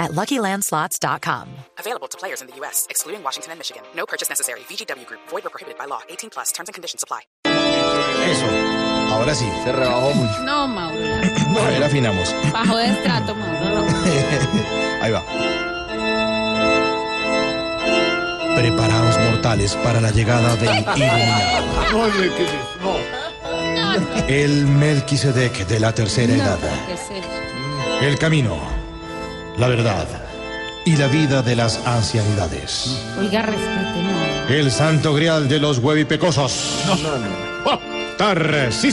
at luckylandslots.com. Available to players in the U.S., excluding Washington and Michigan. No purchase necessary. VGW Group, void or prohibited by law. 18 plus terms and conditions apply. Eso. Ahora sí. Se rebajó mucho. No, Mauro. A ver, afinamos. Bajo de estrato, Mauro. no. Ahí va. Preparaos mortales para la llegada de Ironía, el Melquisedec de la tercera edad, ¿Qué es eso? el camino, la verdad y la vida de las ancianidades, Oiga, respete, Mauro. el santo grial de los huevipecosos,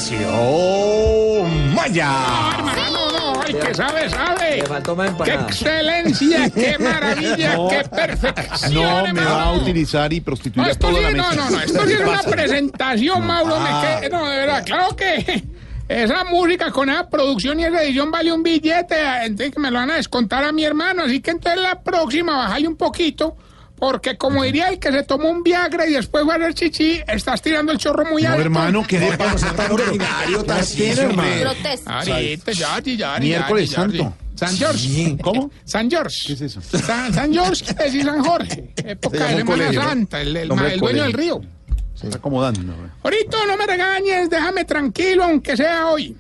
Tarcisio Maya. hermano, Ah, no, no, ay, que sabe, sabe. Le faltó más ¡Qué empanada. excelencia! ¡Qué maravilla! ¡Qué perfección! No, me va a hermano! utilizar y prostituir a esto toda sí, la mesa. no, no, no, esto sí es una presentación, Mauro. me Ah. que- no, de verdad, claro que esa música con esa producción y esa edición vale un billete. Entonces que me lo van a descontar a mi hermano. Así que entonces la próxima, bájale un poquito. Porque como diría el que se tomó un Viagra y después va a hacer chichi, estás tirando el chorro muy No, alto. hermano, ¿qué le pasa? Tan ordinario, Tarcisio, tiene, hombre. hermano? Protesta. Ah. Ahorita, ya, ya, ya, Miércoles ya, ya, Santo. ya. San George. ¿Cómo? San George. ¿Qué es eso? San, San George, es decir, San Jorge. Época de llama un Semana colegio, ¿no? Santa, el, el- Nombre el del dueño del colegio. río. Se está acomodando. Ahorita no me regañes, déjame tranquilo, aunque sea hoy.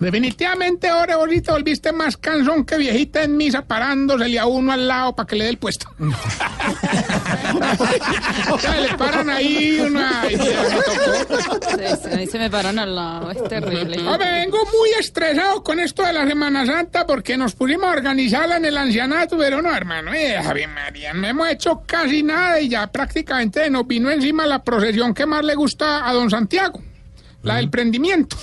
Definitivamente ahora ahorita volviste más cansón que viejita en misa parándosele a uno al lado para que le dé el puesto. o sea, le paran ahí una... y ya me tocó. Sí, sí, ahí se me paran al lado. Es terrible. No, me vengo muy estresado con esto de la Semana Santa porque nos pusimos a organizarla en el ancianato, pero no, hermano, eh, Javier María, no hemos hecho casi nada y ya prácticamente nos vino encima la procesión que más le gusta a don Santiago, la del prendimiento.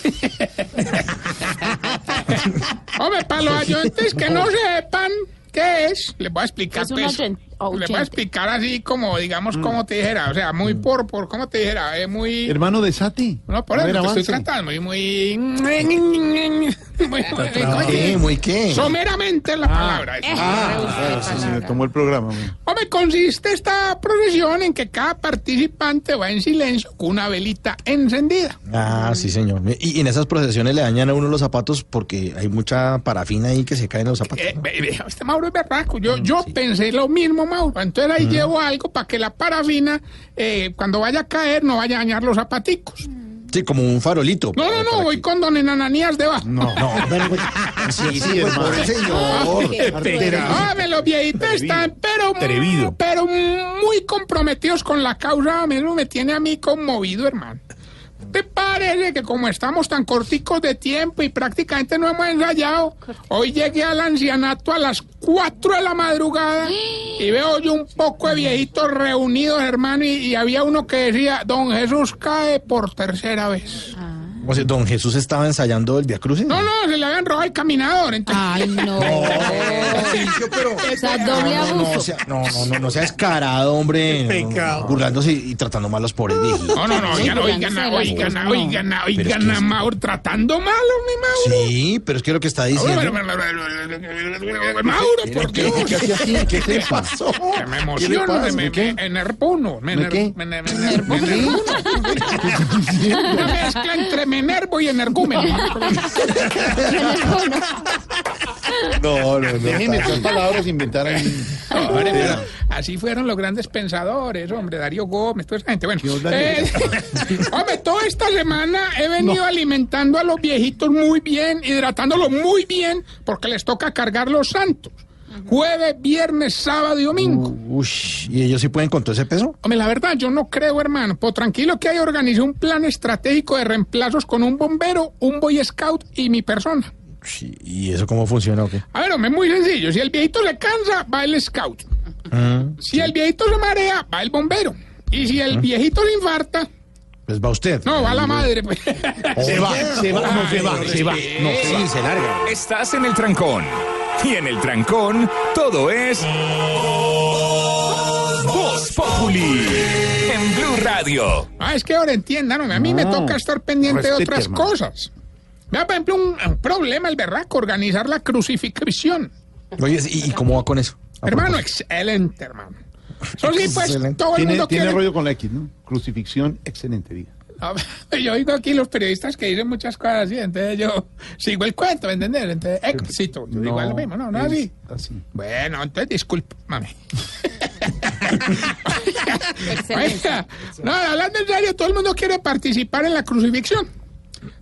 Hombre, para los ayudantes que no sepan qué es, les voy a explicar. Es un pues. les voy oyen- oyente. Mm. a explicar así como, digamos, como te dijera, o sea, muy por, por, como te dijera, es muy... Hermano de Sati. No, por A eso ver, te estoy avance. tratando. Y muy. muy- ¿cómo es que es? muy qué? Ah. Someramente es la palabra. eso. Se le tomó el programa. hombre. Hombre, consiste esta procesión en que cada participante va en silencio con una velita encendida. Ah, sí, señor. Y y en esas procesiones le dañan a uno los zapatos porque hay mucha parafina ahí que se caen los zapatos. Eh, ve- ve, este Mauro es berraco. Yo, Mm, yo pensé lo mismo, Mauro. Entonces ahí llevo algo para que la parafina, eh, cuando vaya a caer, no vaya a dañar los zapaticos. Mm. Sí, como un farolito. No, no, no, voy con don Enananías debajo. No, no, pero, güey, sí, sí, pues, pobre señor. Ah, me los viejitos están, pero, Atrevido. pero muy comprometidos con la causa. A mí eso me tiene a mí conmovido, hermano. ¿Te parece que como estamos tan corticos de tiempo y prácticamente no hemos ensayado, hoy llegué al ancianato a las 4 de la madrugada y veo yo un poco de viejitos reunidos, hermano, y, y había uno que decía, don Jesús cae por tercera vez. O sea, don Jesús estaba ensayando el Via Crucis. No, no, se le hagan robar el caminador. Entonces, Ay, no. pero. O sea, doble No, no, abuso. sea- no, no, no, no sea escarado, hombre. Pecado. Burlándose y, y tratando mal a los pobres viejitos. No, no, no, Sí, oigan, pero oigan, ya no se oigan, las- oigan, Pero es oigan que a es- Mauro tratando mal a mi Mauro. Sí, pero es que lo que está diciendo. Mauro, por ¿Qué, qué Dios. hacía aquí? ¿Qué le pasó? Me ¿Qué le emociono, pasa? me, me, ¿Qué? me enervuno, me, ¿Me ener- qué? me, me, me, enervuno, me enervuno. Una mezcla entre me enervo y energúmeno. No, no, no. Déjeme esas palabras inventar ahí. Hombre, pero así fueron los grandes pensadores, hombre, Darío Gómez, toda esa gente. Bueno, Dios, Darío. eh, hombre, toda esta semana he venido alimentando a los viejitos muy bien, hidratándolos muy bien, porque les toca cargar los santos. Jueves, viernes, sábado y domingo. Ush, ¿y ellos sí pueden con todo ese peso? Hombre, la verdad, yo no creo, hermano. Pues tranquilo que ahí organizé un plan estratégico de reemplazos con un bombero, un boy scout y mi persona. Ush, ¿Y eso cómo funciona o qué? A ver, hombre, muy sencillo. Si el viejito se cansa, va el scout. Ah. Si el viejito se marea, va el bombero. Y si el viejito le infarta, Pues va usted. Oh, no, Ah. va la madre. pues. Se va, se va, no, se va, se va. No, sí, se larga. Estás en el trancón. Y en el trancón, todo es. Voz Populi. En Blue Radio. Radio. Ah, es que ahora entiendan, a mí me No, toca estar pendiente de respete, otras hermano. cosas. Vea, por ejemplo, un, un problema el berraco, organizar la crucifixión. Ah, Oye, ¿y, y cómo va con eso? A pues. hermano, propósito. excelente, hermano. Eso sí, pues, Excelente. todo el Tiene, mundo tiene quiere... rollo con la X, ¿no? Crucifixión, excelente, diga. A ver, Yo oigo aquí los periodistas que dicen muchas cosas así, entonces yo sigo el cuento, ¿me entiendes? Entonces, éxito, yo digo lo mismo, no, no es así. Así. Bueno, entonces disculpe, mami. Excelente. Oiga, no, hablando en serio, todo el mundo quiere participar en la crucifixión.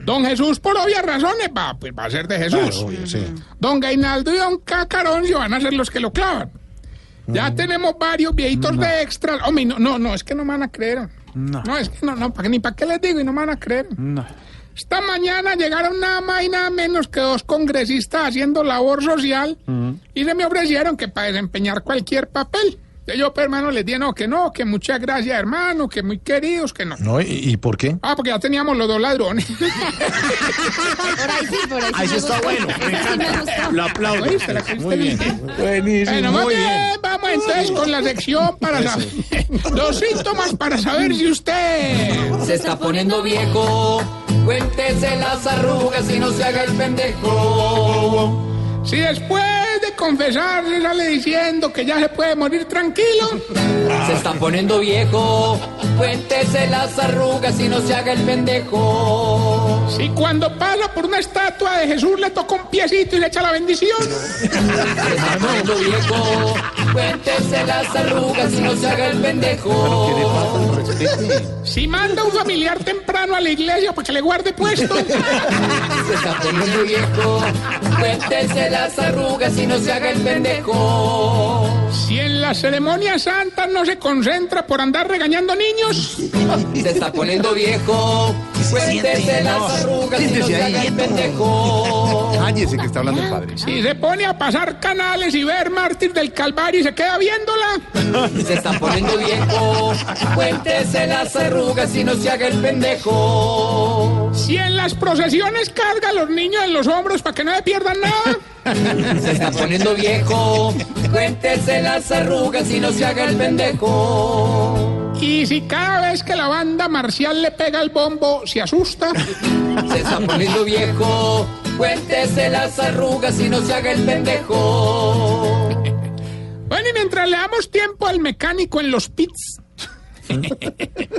Don Jesús, por obvias razones, va, pues va a ser de Jesús. Claro, obvio, sí. Don Gainaldo y Don Cacarón se van a ser los que lo clavan. Ya tenemos varios viejitos de extra. Hombre, no, no, no, es que no me van a creer. No, es que no, no, pa- ni para qué les digo y no me van a creer. Esta mañana llegaron nada más y nada menos que dos congresistas haciendo labor social y se me ofrecieron que para desempeñar cualquier papel. Y Yo, pues, hermano, les dije, no, que no, que muchas gracias, hermano, que muy queridos, que no. No, ¿y, y por qué? Ah, porque ya teníamos los dos ladrones. Por ahí sí, por ahí sí. me gustó. Ese sí me gustó. ¿Eh? ¿Oíste? ¿La creíste bien? Bueno, muy bien. Vamos entonces con la sección para saber los síntomas para saber si usted. Se está poniendo viejo. Cuéntese las arrugas y no se haga el pendejo. Si después de confesarse sale diciendo que ya se puede morir tranquilo, Se está poniendo viejo. Cuéntese las arrugas y no se haga el pendejo. si cuando pasa por una estatua de Jesús le toca un piecito y le echa la bendición, Se está poniendo viejo. Cuéntese las arrugas y no se haga el Que le pendejo. falta el respeto. si manda un familiar temprano a la iglesia para que le guarde puesto, Se está poniendo viejo. Cuéntese las arrugas y no se haga el pendejo. si en las ceremonias santas no se concentra por andar regañando niños, Se está poniendo viejo. Cuéntese las arrugas y no se haga el pendejo. Cállese que está hablando el padre. si se pone a pasar canales y ver mártir del Calvario y se queda viéndola. Se está poniendo viejo. Cuéntese las arrugas y no se haga el pendejo. Si en las procesiones carga a los niños en los hombros para que no le pierdan nada. Se está poniendo viejo. Cuéntese las arrugas y no se haga el pendejo. Y si cada vez que la banda marcial le pega el bombo se asusta. Se está poniendo viejo. Cuéntese las arrugas y no se haga el pendejo. Bueno, y mientras le damos tiempo al mecánico en los pits.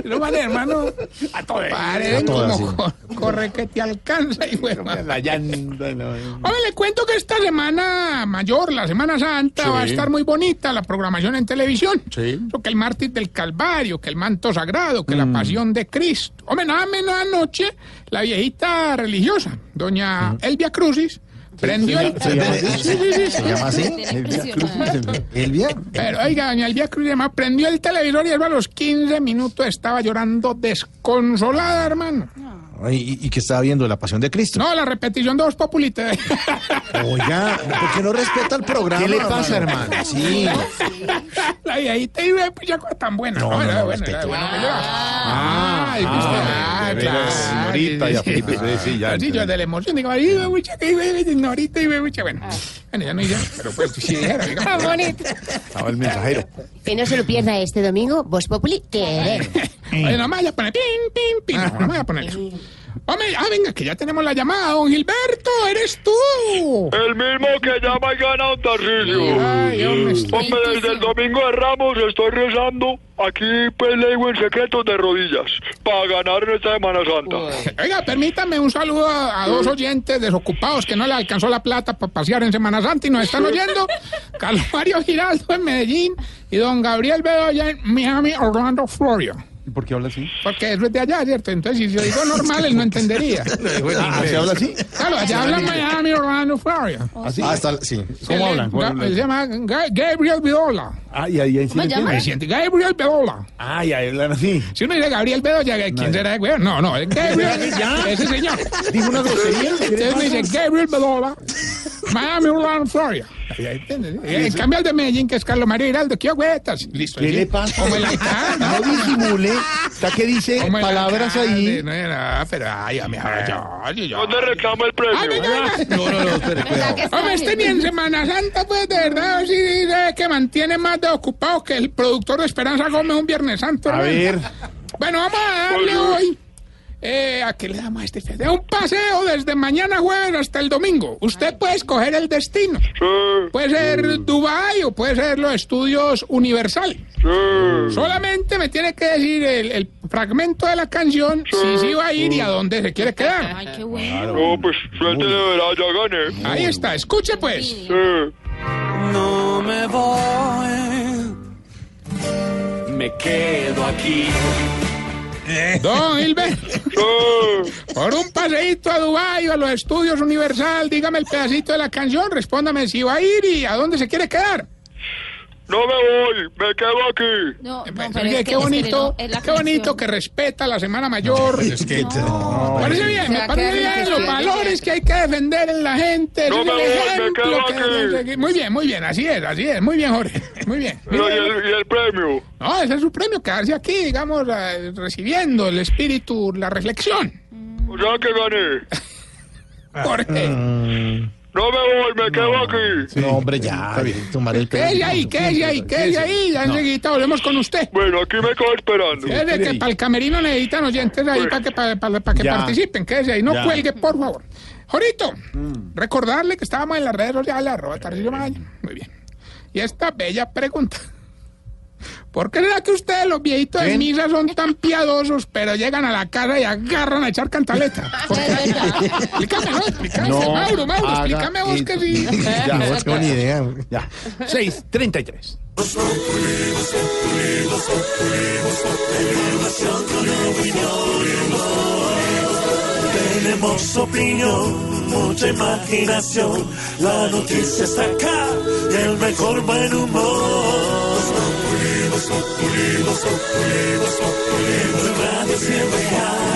Lo vale, hermano. A todo. A todas, como sí. cor- corre que te alcanza y bueno. La llanta. la- Hombre, Ah, le cuento que esta semana mayor, la Semana Santa, va a estar muy bonita la programación en televisión. Sí. Lo Que el mártir del Calvario, que el manto sagrado, que Mm. la pasión de Cristo. Hombre, nada menos anoche, la viejita religiosa, doña Elvia Crucis, prendió el... Mm. se llama- Sí, sí, sí, sí. ¿Se llama así? Tiene que Elvia ser, Cruz, ¿no? el- ¿Elvia? Pero oiga, doña Elvia Cruz además prendió el televisor y él a los 15 minutos estaba llorando desconsolada, hermano. Ay, ¿Y, y qué estaba viendo? ¿La pasión de Cristo? No, la repetición de Voz Populi. te- Oiga, ¿por qué no respeta el programa? ¿Qué le pasa, hermano? Sí. la viejita y ve, pues, ya cosa tan buena. No, No, no, era no, buena, era respete. buena, me Ah, Ay, viste, ah, ah, de veras, claro, señorita, sí, ya, sí. Felipe, sí, ya, Sí, yo de la emoción digo, ay, ve mucha, que ve señorita, y ve mucha. Bueno, bueno, ya no ya, pero pues sí, era, digamos. Estaba el mensajero. Que no se lo pierda este domingo, Vos Populi, que Oye, no me vaya a poner pin, pin, pin. No, no me vaya a poner eso. Hombre, ah, venga, que ya tenemos la llamada. Don Gilberto, eres tú. El mismo que llama y gana un Tarcisio. Ay, hombre, estoy- Hombre, desde el domingo de Ramos estoy rezando. Aquí pues le digo en secreto de rodillas para ganar en esta Semana Santa. Oiga, permítame un saludo a, a dos oyentes desocupados que no le alcanzó la plata para pasear en Semana Santa y nos están oyendo. Carlos Mario Giraldo en Medellín y don Gabriel Bedoya en Miami, Orlando, Florida. ¿Y por qué habla así? Porque eso es de allá, ¿cierto? Entonces, si yo digo normal, él no entendería. Ah, ¿Se habla así? Claro, allá habla Miami, Orlando, Florida. ¿Así? Ah, está, sí. ¿Cómo hablan? ¿Cómo Ga- hablan? él se llama Ga- Gabriel Bedoya. Ah, y ahí ahí sí ¿Cómo le llama? Presidente entiende. Gabriel Bedola. Ah, y ahí hablan así. Si uno dice Gabriel Bedoya, ¿quién será ese güey? No, no, es Gabriel. ese señor. Dijo una grosería. ¿qué le Entonces uno pasa? dice Gabriel Bedola, Miami, Orlando, Florida. En cambio el de Medellín, que es Carlos Mario Hiraldo, ¿qué huetas? Listo. ¿Qué ¿sí? le pasa? Como el alcalde, No disimule. Está que dice como el palabras ahí. alcalde, No, no, pero ay, a mí, ay, yo, yo, yo. ¿Dónde reclama el premio? Ay, venga, venga. No, no, no, espere, cuidado. Hombre, este ni en Semana Santa, pues de verdad, sí, dice que mantiene más de ocupado que el productor de Esperanza Gómez un Viernes Santo. A hermano. ver, Bueno, vamos a darle hoy. Eh, ¿A qué le damos a este? De un paseo desde mañana jueves hasta el domingo. Usted puede escoger el destino. Puede ser Dubái o puede ser los estudios universales. Ah, Solamente me tiene que decir el, el fragmento de la canción, si sí va a ir y a dónde se quiere quedar. Ay, qué bueno. No, pues suerte de verdad, ya gané. Ahí está, escuche pues. Sí. No me voy. Me quedo aquí. Don Hilbert. Sí. Por un paseíto a Dubái o a los estudios Universal, dígame el pedacito de la canción, respóndame si va a ir y a dónde se quiere quedar. No me voy, me quedo aquí. No, no, Pues, pero oye, es que- qué bonito, es que no, es la qué bonito canción. que respeta la Semana Mayor. que parece bien, Se va me a parece quedar bien en los el valores que hay que defender en la gente. No ese es me el voy, me ejemplo quedo que debe aquí. seguir. Muy bien, muy bien, así es, así es, muy bien, Jorge, muy bien. No, y, el, y el premio. No, ese es su premio, quedarse aquí, digamos, eh, recibiendo el espíritu, la reflexión. O sea que gané. Jorge, No me voy, me quedo aquí. No, hombre, ya. Tomar el ¿qué es ahí? ¿Qué es ahí? ¿Qué es ahí? Ya enseguida volvemos con usted. Bueno, aquí me quedo esperando. Es de que para el camerino necesitan oyentes ahí para que, para, para- para que Ya. participen. Quédese ahí, no Ya. cuelgue, por favor. Jorito, recordarle que estábamos en las redes sociales, arroba Tarcillo Maya. Muy bien. Y esta bella pregunta. ¿Por qué será que ustedes, los viejitos de misa, son tan piadosos, pero llegan a la casa y agarran a echar cantaleta? Ah, ¿Por pues, qué? explícame, ¿no? Explícame, No, Mauro, Mauro, haga explícame vos que eso. sí. Ya, No vos- tengo ni idea. ya. 6.33. Tenemos opinión, mucha imaginación. La noticia está acá y el mejor buen humor. Los populimos, populimos, populimos, populimos. Radio siempre hay.